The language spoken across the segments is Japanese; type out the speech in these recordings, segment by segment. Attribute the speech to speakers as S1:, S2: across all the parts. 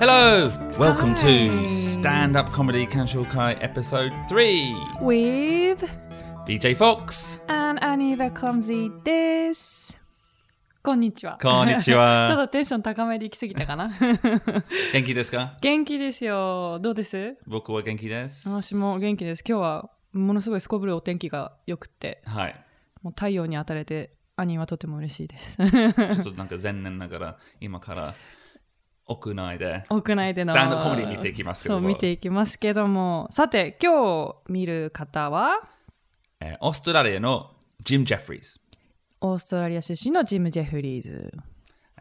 S1: Hello! Welcome
S2: Hi.
S1: to Stand Up Comedy Kanshokai episode 3.
S2: with
S1: BJ Fox.
S2: アンアニー the clumsy です。こんにちは。
S1: こんにちは
S2: ちょっとテンション高めで行き過ぎたかな。
S1: 元気ですか
S2: 元気ですよ。どうです
S1: 僕は元気です。
S2: 私も元気です。今日はものすごいすこぶるお天気が良くって、
S1: はい。
S2: もう太陽に当たれて、アニーはとても嬉しいです。
S1: ちょっとなんか残念ながら、今から屋内で。
S2: 屋内での。
S1: スタンドコメディ見ていきますけども
S2: そう、見ていきますけども。さて、今日見る方は、
S1: えーオーストラリアのジム・ジェフリーズ。
S2: オーストラリア出身のジム・ジェフリーズ。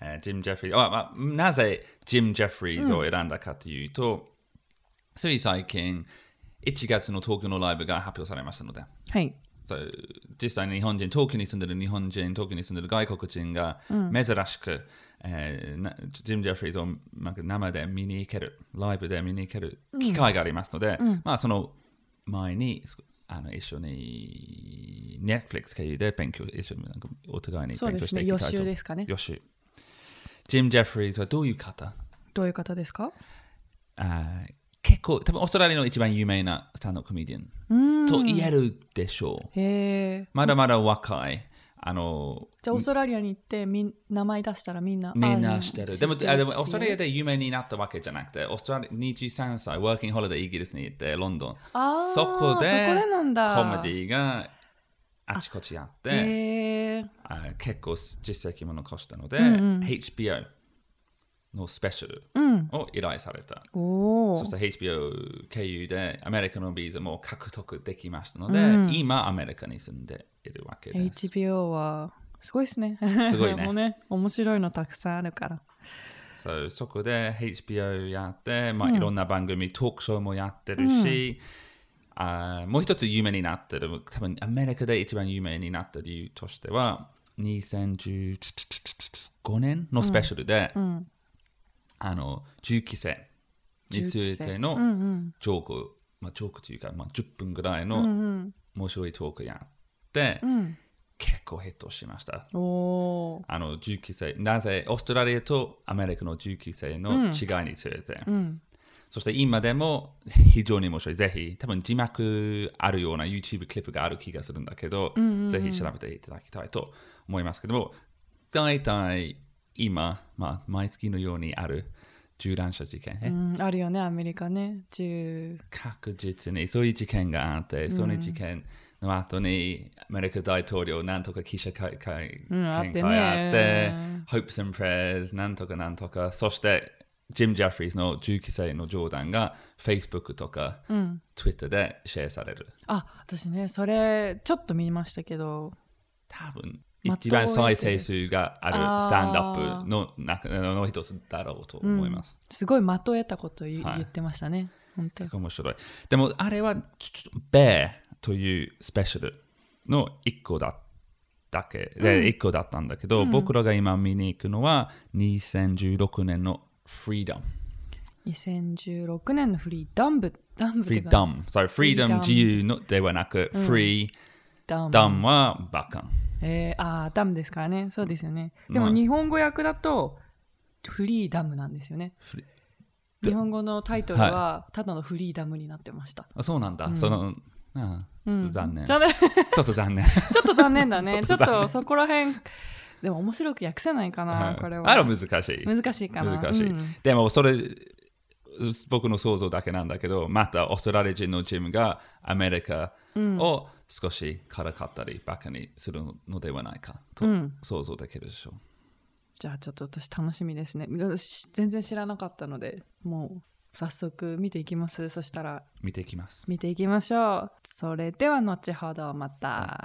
S1: えージム・ジェフリーズ、あまあ、なぜジム・ジェフリーズを選んだかというと、つい最近、1月の東京のライブが発表されましたので、
S2: はい。
S1: そう実際に日本人、東京に住んでる日本人、東京に住んでる外国人が珍しく、えーなジム・ジェフリーズをなんか生で見に行ける、ライブで見に行ける機会がありますので、まあその前にすあの一緒に Netflix 経由で勉強、一緒になんかお互いに
S2: そう
S1: 勉
S2: で
S1: 強し
S2: す
S1: て
S2: ね。
S1: いきた
S2: 予
S1: いと。
S2: 習ですかね。
S1: 予習。ジム・ジェフリーズはどういう方
S2: どういう方ですか
S1: あー結構、多分オーストラリアの一番有名なスタンドコメディアンと言えるでしょう。
S2: へえ。
S1: まだまだ若い。あの、
S2: じゃあオーストラリアに行ってみん名前出したらみんな
S1: みんなしてる。でも、あでもオーストラリア
S2: で
S1: で有名になったわけじゃなくて、オーストラリア23歳、ワーキングホリデーイギリスに行って、ロンドン。
S2: あー
S1: そこで、
S2: そこでなんだ
S1: コメディがあちこちあって、
S2: へえ
S1: あー結構実績も残したので、HBO のスペシャルを依頼された。
S2: お
S1: そ
S2: お
S1: して HBO 経由でアメリカのビザも獲得できましたので、今アメリカに住んでいるわけです。
S2: HBO はすごいですね
S1: すごいね
S2: もうね面白いのたくさんあるから
S1: そうそこで HBO やって、まあいろんな番組、トークショーもやってるし、あーもう一つ有名になってる、多分アメリカで一番有名になった理由としては、2015年のスペシャルで、あの銃規制についてのジョーク、まあ、ジョークというか、まあ、10分ぐらいの面白いトークやって、結構ヒットしました。
S2: おお
S1: あの銃規制なぜオーストラリアとアメリカの銃規制の違いについて、そして今でも非常に面白いぜひ多分字幕あるような YouTube クリップがある気がするんだけど、ぜひ調べていただきたいと思いますけども大体今、まあ、毎月のようにある銃乱射事件、え
S2: ー、うん、あるよねアメリカね10
S1: 確実にそういう事件があって、その事件の後にアメリカ大統領なんとか記者会会
S2: んあっ
S1: 見
S2: てね
S1: 会あって、Hopes and Prayers なんとかなんとかそしてジム・ジェフリーズの銃規制の冗談が Facebook とか Twitter でシェアされる、
S2: あ私ねそれちょっと見ましたけど
S1: 多分
S2: ま
S1: 一番
S2: とわ
S1: 再
S2: れて
S1: 生数
S2: る
S1: があ
S2: あ
S1: る
S2: ー
S1: スタンドアップの中の一つだろうと思います、
S2: すごい的を得たこと言,、
S1: はい
S2: 言ってましたね本当に
S1: 面白い。でもあれは、ちょっとベアというスペシャルの1個だだけ、で一個だったんだけど、僕らが今見に行くのは2016年の Freedom。
S2: 2016年のフリーダンブダンブっていうか
S1: Freedom。そう、Freedom
S2: Freedom
S1: 自由のではなく、Free。
S2: ダン
S1: ダンはバカン。
S2: えー、ああダムですからねそうですよねで
S1: ま
S2: も
S1: あ
S2: 日本語訳だとフリーダムなんですよね日本語のタイトルはただのフリーダムになってました、
S1: あそうなんだ。その、ああちょっと残念。
S2: じゃあ ち
S1: ちょっと残念。
S2: ょっと残念だね
S1: ち
S2: ち
S1: ょ
S2: ょ
S1: っ
S2: っ
S1: と残念
S2: とそこら辺でも面白く訳せないかな、これは
S1: あれは難しい。
S2: 難しいかな
S1: 難しい、
S2: うん
S1: でもそれ僕の想像だけなんだけどまたオーストラリア人のチームがアメリカを少しからかったりバカにするのではないかと想像できるでしょう、
S2: じゃあちょっと私楽しみですね私全然知らなかったのでもう早速見ていきますそしたら
S1: 見ていきます
S2: 見ていきましょうそれでは後ほどまた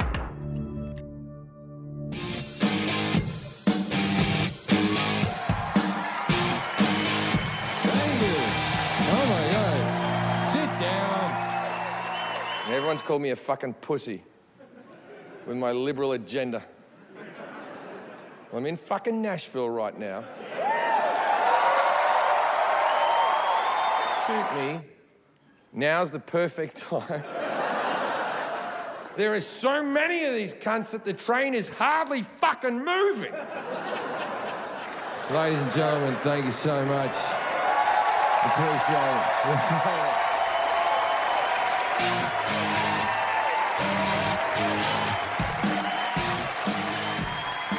S3: Thank you. Oh my God. Sit down.
S4: Everyone's called me a fucking pussy with my liberal agenda. I'm in fucking Nashville right now. Shoot me. Now's the perfect time. There are so many of these cunts that the train is hardly fucking moving.
S3: Ladies and gentlemen, thank you so much.
S4: The police rolling. It's rolling.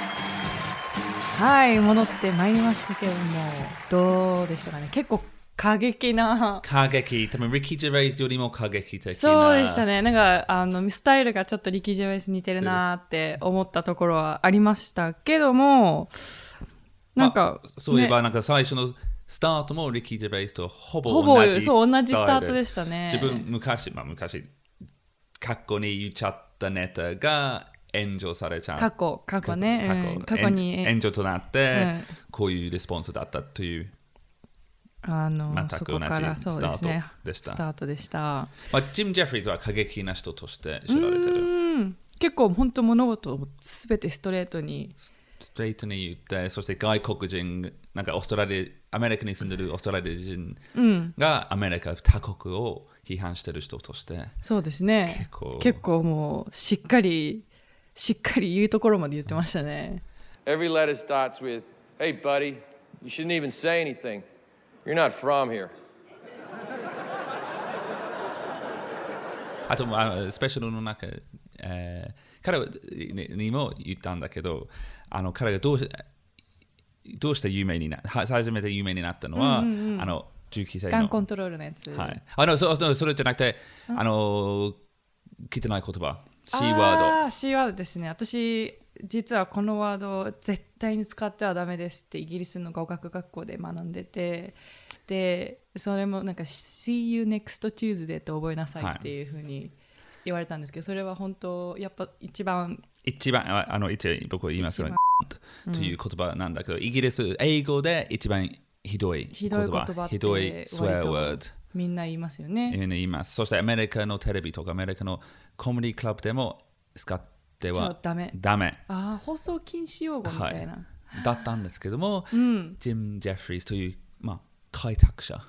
S2: はい戻ってまいりましたけれどもどうでしたかね結構過激な
S1: 過激多分リッキー・ジェベイズよりも過激的な
S2: そうでしたねなんかあのスタイルがちょっとリッキー・ジェベイズ似てるなーって思ったところはありましたけどもなんか、
S1: まあそういえば
S2: ね
S1: なんか最初のスタートもリッキー・ジェベイズとほぼ
S2: ほぼ
S1: 同じ
S2: そう同じ
S1: タイ
S2: ス
S1: ル
S2: タートでしたね
S1: 自分昔まあ昔過去に言っちゃったネタが炎上されちゃう
S2: 過去過去ね
S1: 過
S2: うん
S1: 去
S2: 過去に
S1: 炎炎上となって、
S2: うん
S1: こういうレスポンスだったという
S2: あの
S1: 全く
S2: そこから
S1: 同じ
S2: そうですね
S1: スタートでした
S2: スタートでした
S1: まあ、ジム・ジェフリーズは過激な人として知られてる。
S2: うん結構本当物事を全てストレートに
S1: ストレートに言って、そして外国人、なんかオーストラリア、アメリカに住んでるオーストラリア人がアメリカ、他国を批判してる人として、
S2: そうですね
S1: 結構
S2: もうしっかりしっかり言うところまで言ってましたね
S4: Every letter starts with, hey, buddy, you shouldn't even say anything. You're not from here.
S1: あと、まあ、スペシャルの中、えー彼はににも言ったんだけど、あの彼がどうしどうして有名になは初めて有名になったのは、あの19歳
S2: ガン
S1: の
S2: コントロールのやつ、
S1: はい。あの、そう、そうそれじゃなくて、あの、汚い言葉、C
S2: あ
S1: ワード。
S2: ー C ワードですね私実はこのワードを絶対に使ってはダメですってイギリスの語学学校で学んでてでそれもなんか「See you next Tuesday」って覚えなさいっていうふうに言われたんですけどそれは本当やっぱ一番
S1: 一番、ああの、一応僕言いますよ。という言葉なんだけど、イギリス英語で一番ひどい
S2: ひ
S1: 言
S2: どい言
S1: 葉、
S2: 葉って
S1: ひどいスウェアワー
S2: 割
S1: ド
S2: と。みんな言いますよ
S1: みん
S2: ね。
S1: な言います。そしてアメリカのテレビとかアメリカのコメディクラブでも使って
S2: そう
S1: は
S2: ダメ
S1: ダメ。
S2: ああ放送禁止用語みた
S1: はいい
S2: な。。
S1: だったんですけども、ジム・ジェフリーズという、まあ、開拓者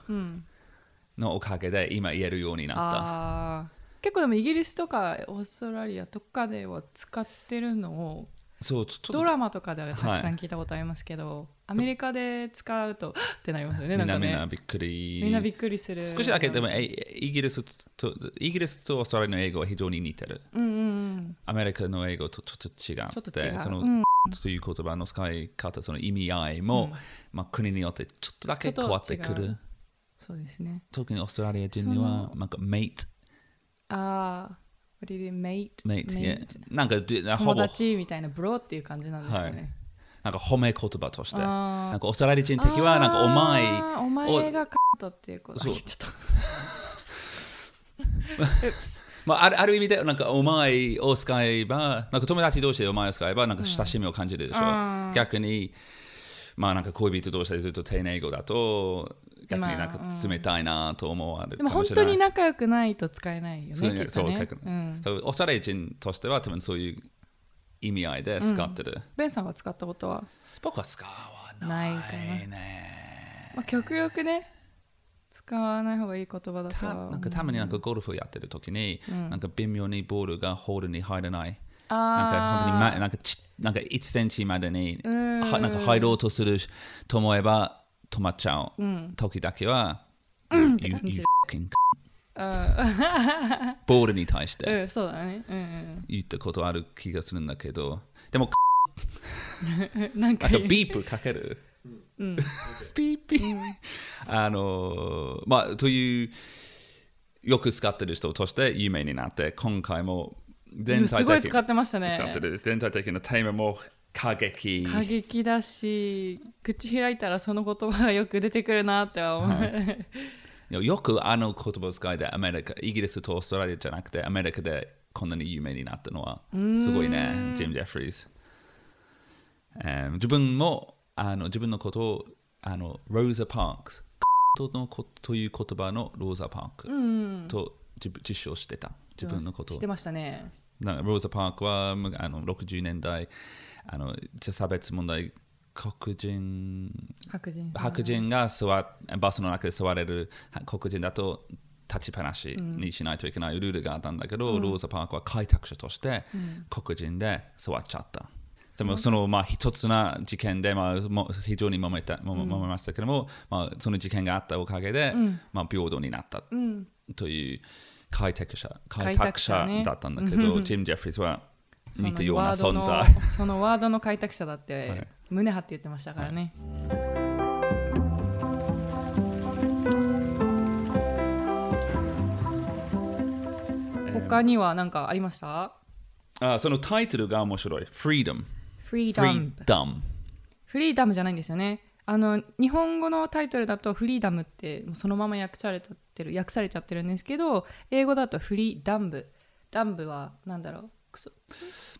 S1: のおかげで今言えるようになった。
S2: ああ結構でもイギリスとかオーストラリアとかでは使ってるのを
S1: そうちょっと
S2: ドラマとかではたくさ
S1: はい
S2: ん聞いたことありますけど、アメリカで使うとってなりますよねな
S1: み
S2: ん
S1: んな
S2: か
S1: みんな
S2: ね
S1: びっくり。
S2: みんなびっくりする
S1: 少しだけでもえイギリスとイギリスとオーストラリアの英語は非常に似てる。
S2: うんうん
S1: アメリカの英語とちょっと違って、
S2: ちょっと違う
S1: その、
S2: うん
S1: という言葉の使い方、その意味合いも、まあ、国によってちょっとだけ変わってく
S2: ちょっと違
S1: る
S2: う。そうですね
S1: 特にオーストラリア人には、なんか、mate、
S2: ああ What did you mate?
S1: mate、yeah なんか、でほ
S2: 友
S1: ぼ、
S2: 達みたいなブローっていう感じなんですよね、
S1: はいなんか褒め言葉として、
S2: あー
S1: なんかオーストラリア人的は、なんか、お前
S2: あー
S1: を、
S2: お前がカットっていうこと
S1: そう
S2: あちょっ
S1: まあ、あるある意味でなんかお前を使えばなんか友達同士でお前を使えばなんか親しみを感じるでしょ、逆にまあなんか恋人同士でずっと丁寧語だと逆になんか冷たいなと思われ
S2: と
S1: る
S2: で
S1: か
S2: も
S1: も
S2: 本
S1: しれ
S2: 当
S1: ない
S2: に仲良くないと使えないよね
S1: そう
S2: きっ
S1: そ
S2: と
S1: う
S2: ね
S1: 逆に
S2: うん、
S1: そうオーストラリア人としては多分そういう意味合いで使ってる、
S2: ベンさんが使ったことは
S1: 僕は使わないね
S2: まあ、極力ね使わない方がいい言葉だと
S1: た
S2: は
S1: なんかたまになんかゴルフをやってる時に、なんか微妙にボールがホールに入らない
S2: あー
S1: なんか本当に、ま、なんかちなんか1センチまでに
S2: ん
S1: はなんか入ろうとすると思えば止まっちゃう、時だけは、you,
S2: 感じ
S1: you
S2: る
S1: fucking c- ボールに対し
S2: う
S1: て
S2: んそうだねうん
S1: 言ったことある気がするんだけどでも
S2: うんなんか
S1: なんか
S2: いい
S1: ビープかける。ビーピー。あのーまあ、という、よく使ってる人として有名になって、今回も全体
S2: す
S1: 的
S2: ごい使ってましたね
S1: 使ってる全体的なテーマも過激。
S2: 過激だし口開いたらその言葉がよく出てくるなっては思う、
S1: よくあの言葉を使いでアメリカ、イギリスとオーストラリアじゃなくて、アメリカでこんなに有名になったのは、すごいね、ジェーム・ジェフリーズ。えー自分もあの自分のことをあのローザ・パークスとのこという言葉のローザ・パークと自分実証してた自分のことを
S2: してましたね
S1: なんかローザ・パークはむあの60年代あの差別問題黒人
S2: 白人さん
S1: 白人が座っバスの中で座れるは黒人だと立ちっぱなしにしないといけないルールがあったんだけど、ローザ・パークは開拓者として黒人で座っちゃった。でもそのまあ一つな事件でまあも非常に揉めた揉め揉めましたけども、まあその事件があったおかげで、まあ平等になったという開拓者開拓
S2: 開拓者
S1: 者
S2: ね
S1: だったんだけど、ジム・ジェフリーズは
S2: その
S1: 似たような
S2: ワード
S1: 存
S2: の
S1: 在。
S2: そのワードの開拓者だって、
S1: はい
S2: 胸張って言ってましたからね、他には何かありました
S1: あそのタイトルが面白い。Freedom。
S2: フリーダム
S1: Freedom
S2: フリーダムじゃないんですよねあの日本語のタイトルだとフリーダムってもうそのまま訳されちゃってる訳されちゃってるんですけど英語だとフリーダムダムは何だろうクソ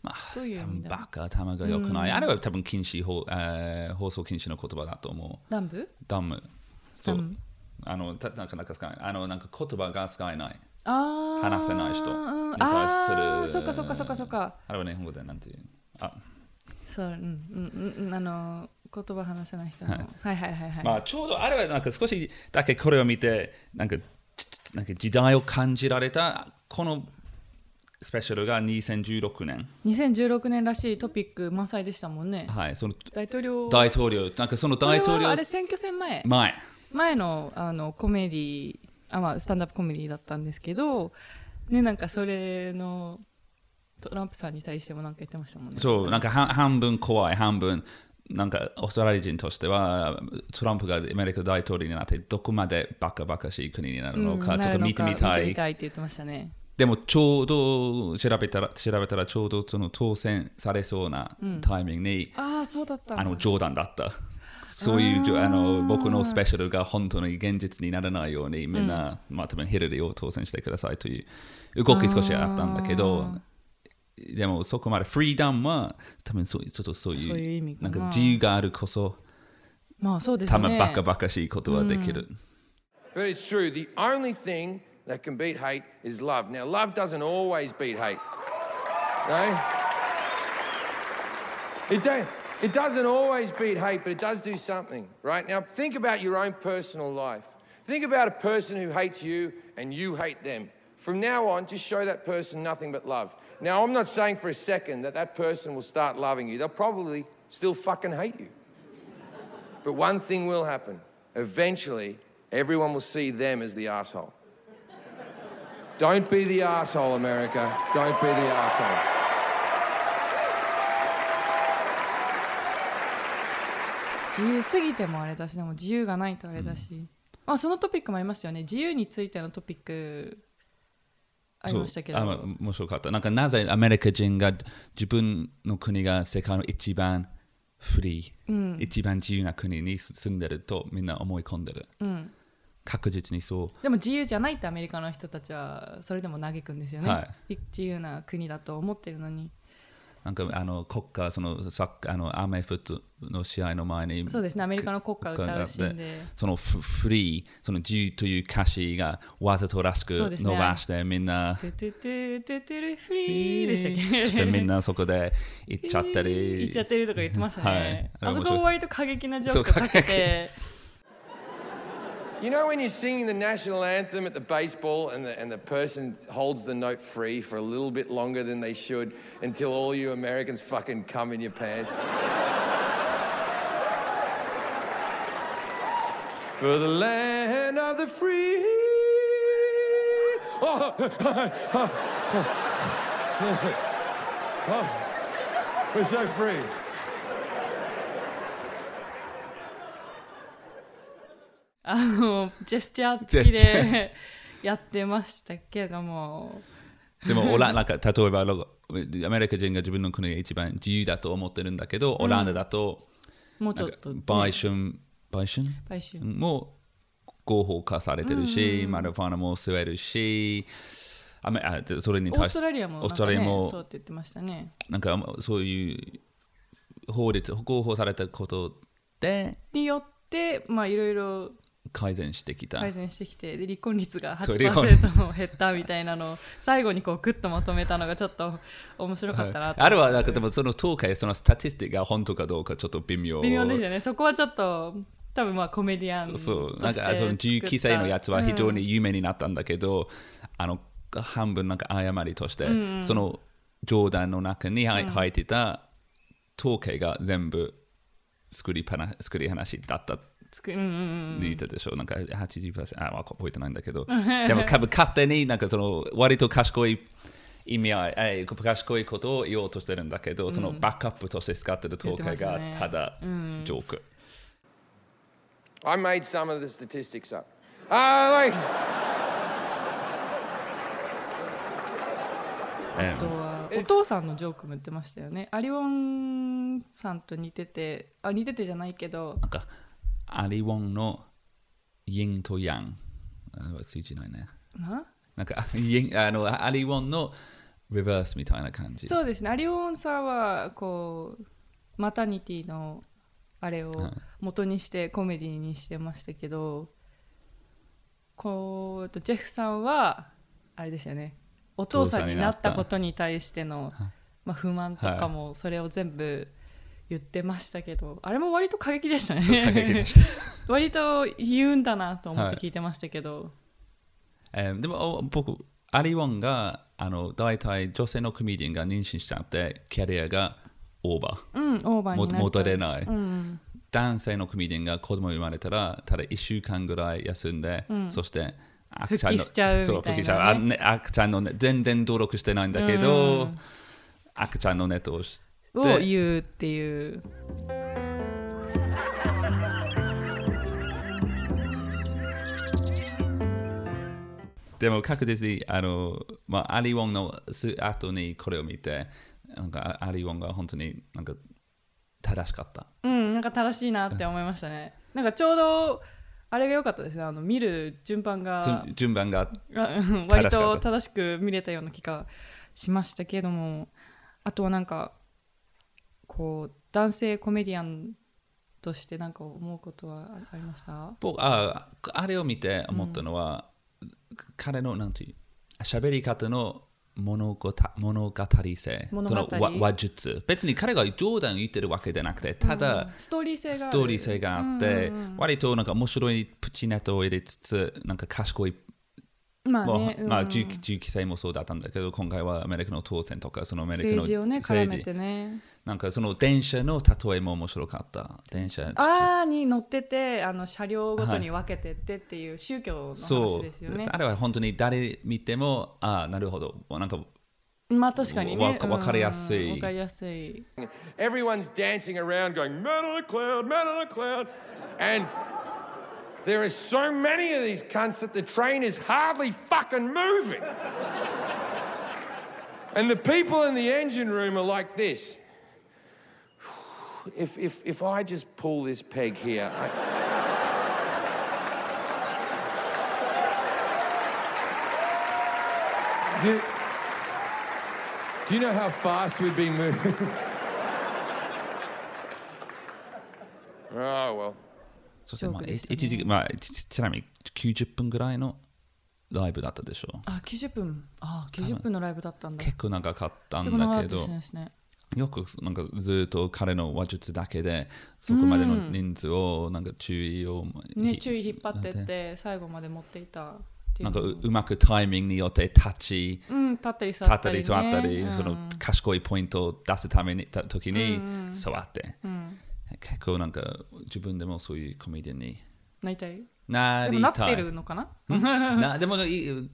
S1: ま
S2: どういう意味だ
S1: あ、バカ頭が良くない。あれは多分禁止法、えー放送禁止の言葉だと思う。
S2: ダンブ
S1: ダム。そ
S2: ダ
S1: う
S2: ム。
S1: あの、たなんかなんか使えない。あの、なんか言葉が使えない。
S2: あー
S1: 話せない人
S2: うん
S1: に対する
S2: あーそっかそっかそっかそっか
S1: あれはね、本語でなんていう。あ
S2: そううんうんうんうんあの言葉話せない人のはいはいはいはい、
S1: まあ、ちょうどあれはなんか少しだけこれを見て、なんか、つつつなんか時代を感じられた、このスペシャルが2016年。
S2: 2016年らしいトピック満載でしたもんね
S1: はい、その
S2: 大統領
S1: 大統領、なんかその大
S2: こ
S1: 統
S2: れ
S1: 領
S2: はあれ選挙戦前
S1: 前。
S2: 前のあのコメディあまあスタンダップコメディだったんですけどねなんかそれのトランプさんに対してもなんか言ってましたもんね
S1: そう、なんかは半分怖い、半分、なんかオーストラリア人としては、トランプがアメリカ大統領になって、どこまでバカバカしい国になる
S2: うん
S1: のか、ちょっ
S2: なる
S1: と
S2: の
S1: 見てみた
S2: 見て
S1: い
S2: み。たいって言ってましたね
S1: でも、ちょうど調べたら、調べたらちょうどその当選されそうなタイミングに、
S2: ああそうだったんだ
S1: あの冗談だった。そういうじょあの僕のスペシャルが本当に現実にならないようにみんな、まあ多分ヒラリーを当選してくださいという動き少しあったんだけどでもそこまでフリーダムは多分そういうちょっとそういう
S2: そういう意味
S1: な
S2: かなん
S1: か自由があるこそ
S2: まあそうです
S1: 多
S2: ね
S1: 分バカバカしいことはできる、
S4: But it's true, the only thing that can beat hate is love. Now, love doesn't always beat hate. No? It, do- it doesn't always beat hate, but it does do something, right? Now, think about your own personal life. Think about a person who hates you and you hate them. From now on, just show that person nothing but love. Now, I'm not saying for a second that that person will start loving you. They'll probably still fucking hate you. But one thing will happen. Eventually, everyone will see them as the asshole. Don't be the asshole, America. Don't be the asshole.
S2: 自由すぎてもあれだしでも自由がないとあれだし、まあそのトピックもありましたよね自由についてのトピックあり
S1: そう
S2: ましたけど
S1: あまあ面白かったなんかなぜアメリカ人が自分の国が世界の一番フリー、一番自由な国に住んでるとみんな思い込んでる、確実にそう
S2: でも自由じゃないってアメリカの人たちはそれでも嘆くんですよね、
S1: は
S2: 自由な国だと思ってるのに
S1: なんかあの国歌、そのサッカーあのアメフトの試合の前に、
S2: そうですねアメリカの国歌を歌うシーンで
S1: そのフフリー、その自由という歌詞がわざとらしく
S2: そうですね
S1: 伸ばして、みんな
S2: 「ト、ゥトゥトゥトゥトゥルフリー」でしたっけ
S1: ちょっとみんなそこで行っちゃったり、
S2: 行っちゃってるとか言ってましたね、
S1: はい
S2: あそこも割と過激なジョー
S1: そ
S2: ク
S1: う
S2: かけて
S4: You know when you're singing the national anthem at the baseball and the, and the person holds the note free for a little bit longer than they should until all you Americans fucking come in your pants? For the land of the free. Oh, oh, we're so free.
S2: あのジェスチャー付き
S1: ジェスチャ
S2: でやってましたけども
S1: でもオラなんか例えばロゴアメリカ人が自分の国が一番自由だと思ってるんだけど、オランダだと
S2: もうち
S1: な
S2: ょ
S1: ん
S2: っ
S1: か
S2: と、
S1: 売春、売春
S2: 買収
S1: も合法化されてるし、マルファナも吸えるし、あめあでそれに
S2: オー
S1: 対し
S2: ス
S1: て、
S2: トラリアもなん
S1: オースト
S2: か、
S1: ラリ
S2: ね
S1: ア、も
S2: そうって言ってましたね
S1: なんかそういう法律、合法されたことで
S2: によってまあいろいろ
S1: 改善してきた。
S2: 改善してきてで離婚率が
S1: そう離婚
S2: 8%も減ったみたいなのを最後にこうグッとまとめたのがちょっと面白かったな と
S1: あれはなんかでもその統計、そのスタティスティックが本当かどうかちょっと微妙。
S2: 微妙ですよねそこはちょっと多分まあコメディアンとして
S1: そうなんかその銃規制のやつは非常に有名になったんだけど、あの半分なんか誤りとして、その冗談の中に入入ってた統計が全部作り話作り話だったって
S2: つくうんうんうん
S1: 言ったでしょ、なんか80%あわか覚えてないんだけ どでも多分勝手になんかその割と賢い意味合いえー賢いことを言おうとしてるんだけど、そのバックアップとして使ってる統計が
S2: 言ってますね
S1: ただジョーク、
S4: I made some of the statistics up. Uh, like,
S1: うん
S2: あとはお父さんのジョークも言ってましたよねアリオンさんと似ててあ似ててじゃないけど
S1: なんかアリウォンのインとヤンあ数字ないね
S2: な
S1: なんかインあのアリウォンのリバースみたいな感じ
S2: そうですねアリオンさんはこうマタニティのあれを
S1: はい
S2: 元にしてコメディにしてましたけどこうえっとジェフさんはあれですよねお父さんになったことに対しての、まあ、不満とかもそれを全部言ってましたけど、あれも割と過激でしたね
S1: 過激でした
S2: 割と言うんだなと思って聞いてましたけど、
S1: えーでもお僕アリウォンがあの大体女性のコメディアンが妊娠しちゃってキャリアがオーバ
S2: うんオー
S1: ー
S2: バーに
S1: も
S2: なっちゃう
S1: 持たれない、
S2: うん
S1: 男性のコメディアンが子供生まれたらただ1週間ぐらい休んで、そして赤ちゃんの
S2: 復帰しちゃうみたいなね
S1: そう復帰しちゃうあね赤ちゃんのね全然登録してないんだけど、赤ちゃんのネットをし
S2: を
S1: て
S2: 言うっていう
S1: でも確実にあの、まあ、アリウォンのす後にこれを見てなんかあアリウォンが本当になんか正しかった
S2: うんなんか正しいなって思いましたねなんかちょうどあれが良かったですねあの見る順番が
S1: 順順番が
S2: がうん割と正しく見れたような気がしましたけどもあとはなんかこう男性コメディアンとしてなんか思うことはあありました
S1: 僕ああれを見て思ったのは、彼のなんていう喋り方の物語物語性
S2: 物
S1: そ
S2: 語
S1: の話話術別に彼が冗談を言ってるわけじゃなくてただ、
S2: ストーリー性がある
S1: ストーリー性があって、割となんか面白いプチネタを入れつつなんか賢い
S2: まあ
S1: まあ、
S2: ね、うん
S1: まあ、銃銃規制もそうだったんだけど今回はアメリカの当選とかそのアメリカの
S2: 政治をね絡めてね
S1: なんかその電車の例えも面白かった電車
S2: あーに乗っててあの車両ごとに分けてってっていう宗教の話
S1: そう
S2: ですよね。
S1: あれは本当に誰見てもああなるほどなんか
S2: まあ確かにね。
S1: わかわかりやすい
S2: うんわかりやすい。
S4: everyone's dancing around going, man on a cloud, man on a cloud. And there are so many of these cunts that the train is hardly fucking moving. and the people in the engine room are like this. If, if, if I just pull this peg here, I... do, do you know how fast we'd be moving? Oh, well.
S1: そして
S2: ジョ
S1: ま
S2: ー
S1: あ、
S2: ク
S1: い一時期まあ
S2: でしたね
S1: ちちちなみに90分ぐらいのライブだったでしょう
S2: あ90分あ90分のライブだったんだ。
S1: 結構長かった
S2: 結構
S1: ん
S2: 長
S1: だ
S2: か
S1: け
S2: っ
S1: ど
S2: たですね。
S1: よくなんかずっと彼の話術だけでそこまでの人数をなんか注意を、
S2: ね
S1: ひ
S2: 注意引っ張ってって最後まで持っていたってい
S1: な
S2: う
S1: ん
S2: の
S1: か
S2: も。
S1: ううまくタイミングによって立ち
S2: うん立ったり座
S1: 立
S2: っ
S1: った
S2: たり、
S1: り
S2: ね、
S1: 座ったり、
S2: うん
S1: その賢いポイントを出すためにた時に座って、結構なんか自分でもそういうコメディアンに
S2: なりたい。
S1: な
S2: でも
S1: り
S2: なったて
S1: い
S2: るのかな？
S1: なでもいい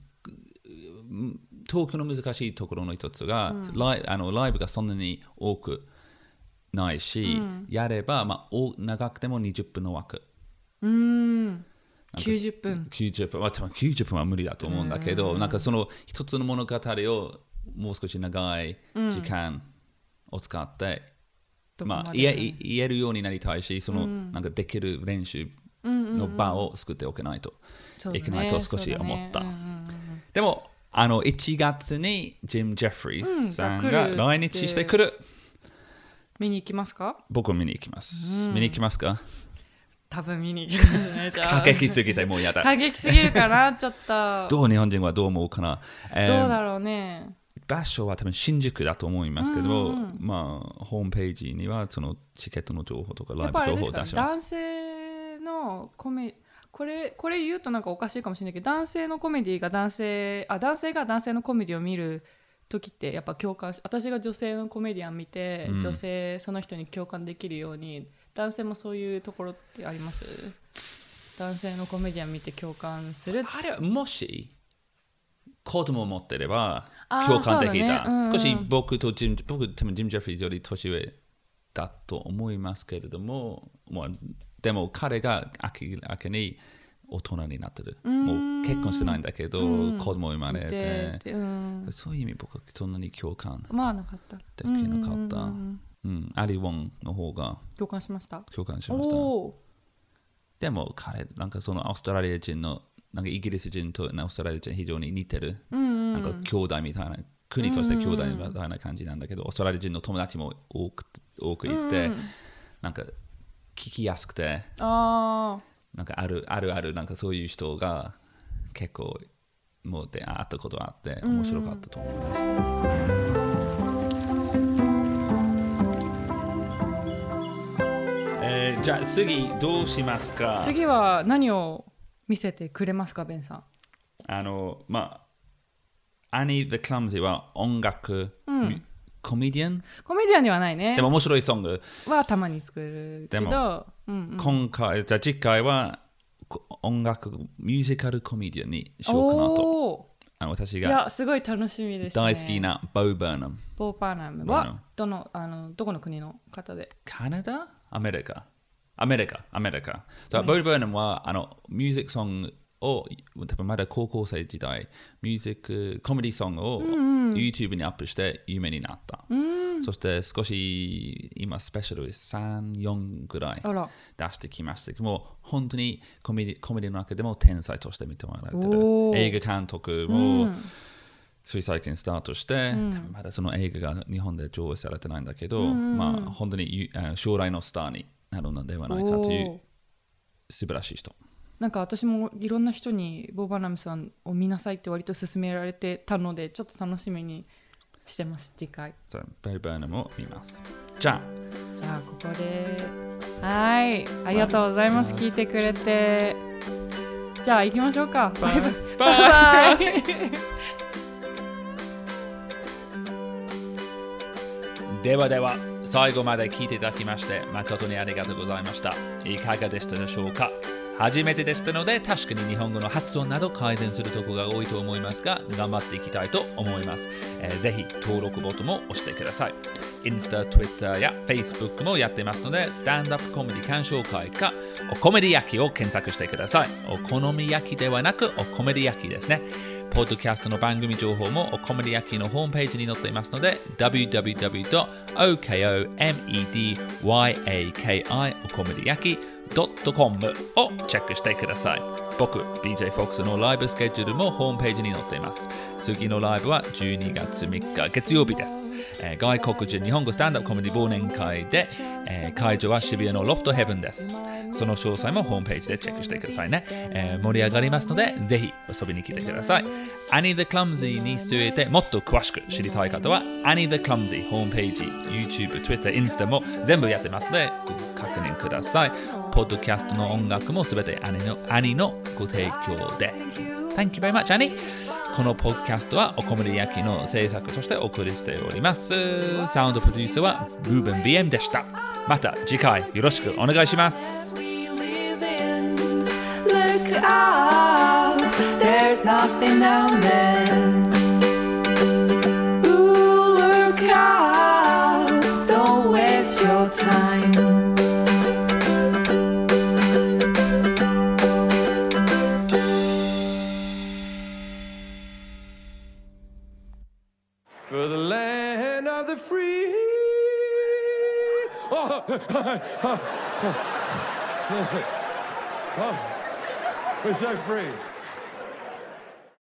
S1: 東京の難しいところの一つが、ライあのライブがそんなに多くないし、やれば、まあ、お長くても20分の枠
S2: うん90分。
S1: 90分、まあ、多分90分は無理だと思うんだけど、なんかその一つの物語をもう少し長い時間を使って、
S2: どこ
S1: まあ、
S2: まで
S1: 言え言えるようになりたいしその、なんかできる練習の場を作っておけないと
S2: そうだ
S1: い
S2: ね
S1: けないと少し思った。
S2: そうだねうんうん
S1: でもあの1月にジム・ジェフリーズさんが
S2: うんが
S1: 来
S2: 来るって
S1: 日してくる
S2: 見に行きますか？
S1: 僕見に行きます、見に行きますか
S2: 多分見に行きますね。 じゃあ
S1: 過激すぎてもうやだ
S2: 過激すぎるかなちょっと。ど
S1: どう日本人はどう思うかな、え
S2: う
S1: ー
S2: だろうね。
S1: 場所は多分新宿だと思いますけど、まあホームページにはそのチケットの情報とかラ
S2: やっぱあ
S1: イ
S2: れ
S1: ブ情報を
S2: です
S1: 出
S2: か
S1: します
S2: 男性のコメこれこれ言うとなんかおかしいかもしれないけど男性のコメディが男性あ男性が男性のコメディを見る時ってやっぱ共感し私が女性のコメディアン見て、女性その人に共感できるように男性もそういうところってあります男性のコメディアン見て共感する
S1: あれはもし子供を持ってれば
S2: あー
S1: 共感できた、
S2: そうだねうんうん
S1: 少し僕とジム僕多分ジム・ジェフリーズより年上だと思いますけれども、まあ、でも彼が明らかに大人になってるもう結婚してないんだけど、子供生まれ
S2: で
S1: て
S2: でうん
S1: そういう意味僕はそんなに共感
S2: まあなかった
S1: できなかった、うんアリ・ウォンの方が
S2: 共感しました
S1: 共感し
S2: お
S1: ました
S2: お
S1: でも彼なんかそのオーストラリア人のなんかイギリス人とオーストラリア人非常に似てる、なんか兄弟みたいな国として兄弟みたいな感じなんだけど、オーストラリア人の友達も多く多くいて、なんか聞きやすくて
S2: ーあ
S1: なんかあるあるあるなんかそういう人が結構もう出会ったことあって面白かったと思います、えーじゃあ次どうしますか
S2: ー次は何を見せてくれますかベンさん
S1: あの、まあ、Annie the Clumsy は音楽、ミコメディアン
S2: コメディアンではないね
S1: でも面白いソング。
S2: はたまに作るけ
S1: でも
S2: ど、うん、
S1: 今回、じゃあ次回はこ音楽、ミュージカルコメディアンにしようかなと。
S2: おー
S1: あの私
S2: い
S1: が
S2: やすごい楽しみです、ね、
S1: 大好きなボー・バーナム。
S2: ボーパーナム
S1: ボーナム
S2: はどのあのどこの国の方で
S1: カナダアメリカアメリカアメリカ。そうボー・バーナムはあのミュージックソングを多分まだ高校生時代ミュージックコメディソングを YouTube にアップして有名になった、そして少し今スペシャル34ぐらい
S2: あら
S1: 出してきましたもう本当にコメディコメディの中でも天才として認められて
S2: おー
S1: る映画監督も、つい最近スタートして、多分まだその映画が日本で上映されてないんだけど、まあ、本当にゆあ将来のスターになるのではないかとい
S2: おー
S1: う素晴らしい人。
S2: なんか私もいろんな人にボーバーナムさんを見なさいって割と勧められてたのでちょっと楽しみにしてます次回
S1: そうベリー・バーナムを見ます。じゃあ、
S2: じゃあここではいありがとうございます聞いてくれてじゃあ行きましょうかバイバイバイバイ
S1: ではでは、最後まで聞いていただきまして、誠にありがとうございました。いかがでしたでしょうか初めてでしたので、確かに日本語の発音など改善するところが多いと思いますが、頑張っていきたいと思います。えーぜひ、登録ボタンも押してください。インスタ、ツイッターや Facebook もやってますので、スタンダップコメディ鑑賞会か、おコメディ焼きを検索してください。お好み焼きではなく、おコメディ焼きですね。ポッドキャストの番組情報もおコメディ焼きのホームページに載っていますので、www.okomediaki おコメディ焼き .com をチェックしてください。僕、DJ FOX のライブスケジュールもホームページに載っています。次のライブは12月3日月曜日です。えー外国人日本語スタンダップコメディ忘年会で、えー会場は渋谷のロフトヘブンです。その詳細もホームページでチェックしてくださいね。えー盛り上がりますので、ぜひ遊びに来てください。Annie the Clumsy についてもっと詳しく知りたい方は、Annie the Clumsy ホームページ、YouTube、Twitter、Insta も全部やってますので、ご確認ください。ポッドキャストの音楽もすべて Annie の Annie のご提供で。Thank you very much, Annie! このポッドキャストはおこむり焼きの制作としてお送りしております。サウンドプロデューサーはブーベン BM でした。また次回よろしくお願いします。
S5: we live in. Look up, there's nothing down there. Ooh, look up, don't waste your time.
S4: For the land of the free. Oh, oh, we're so free.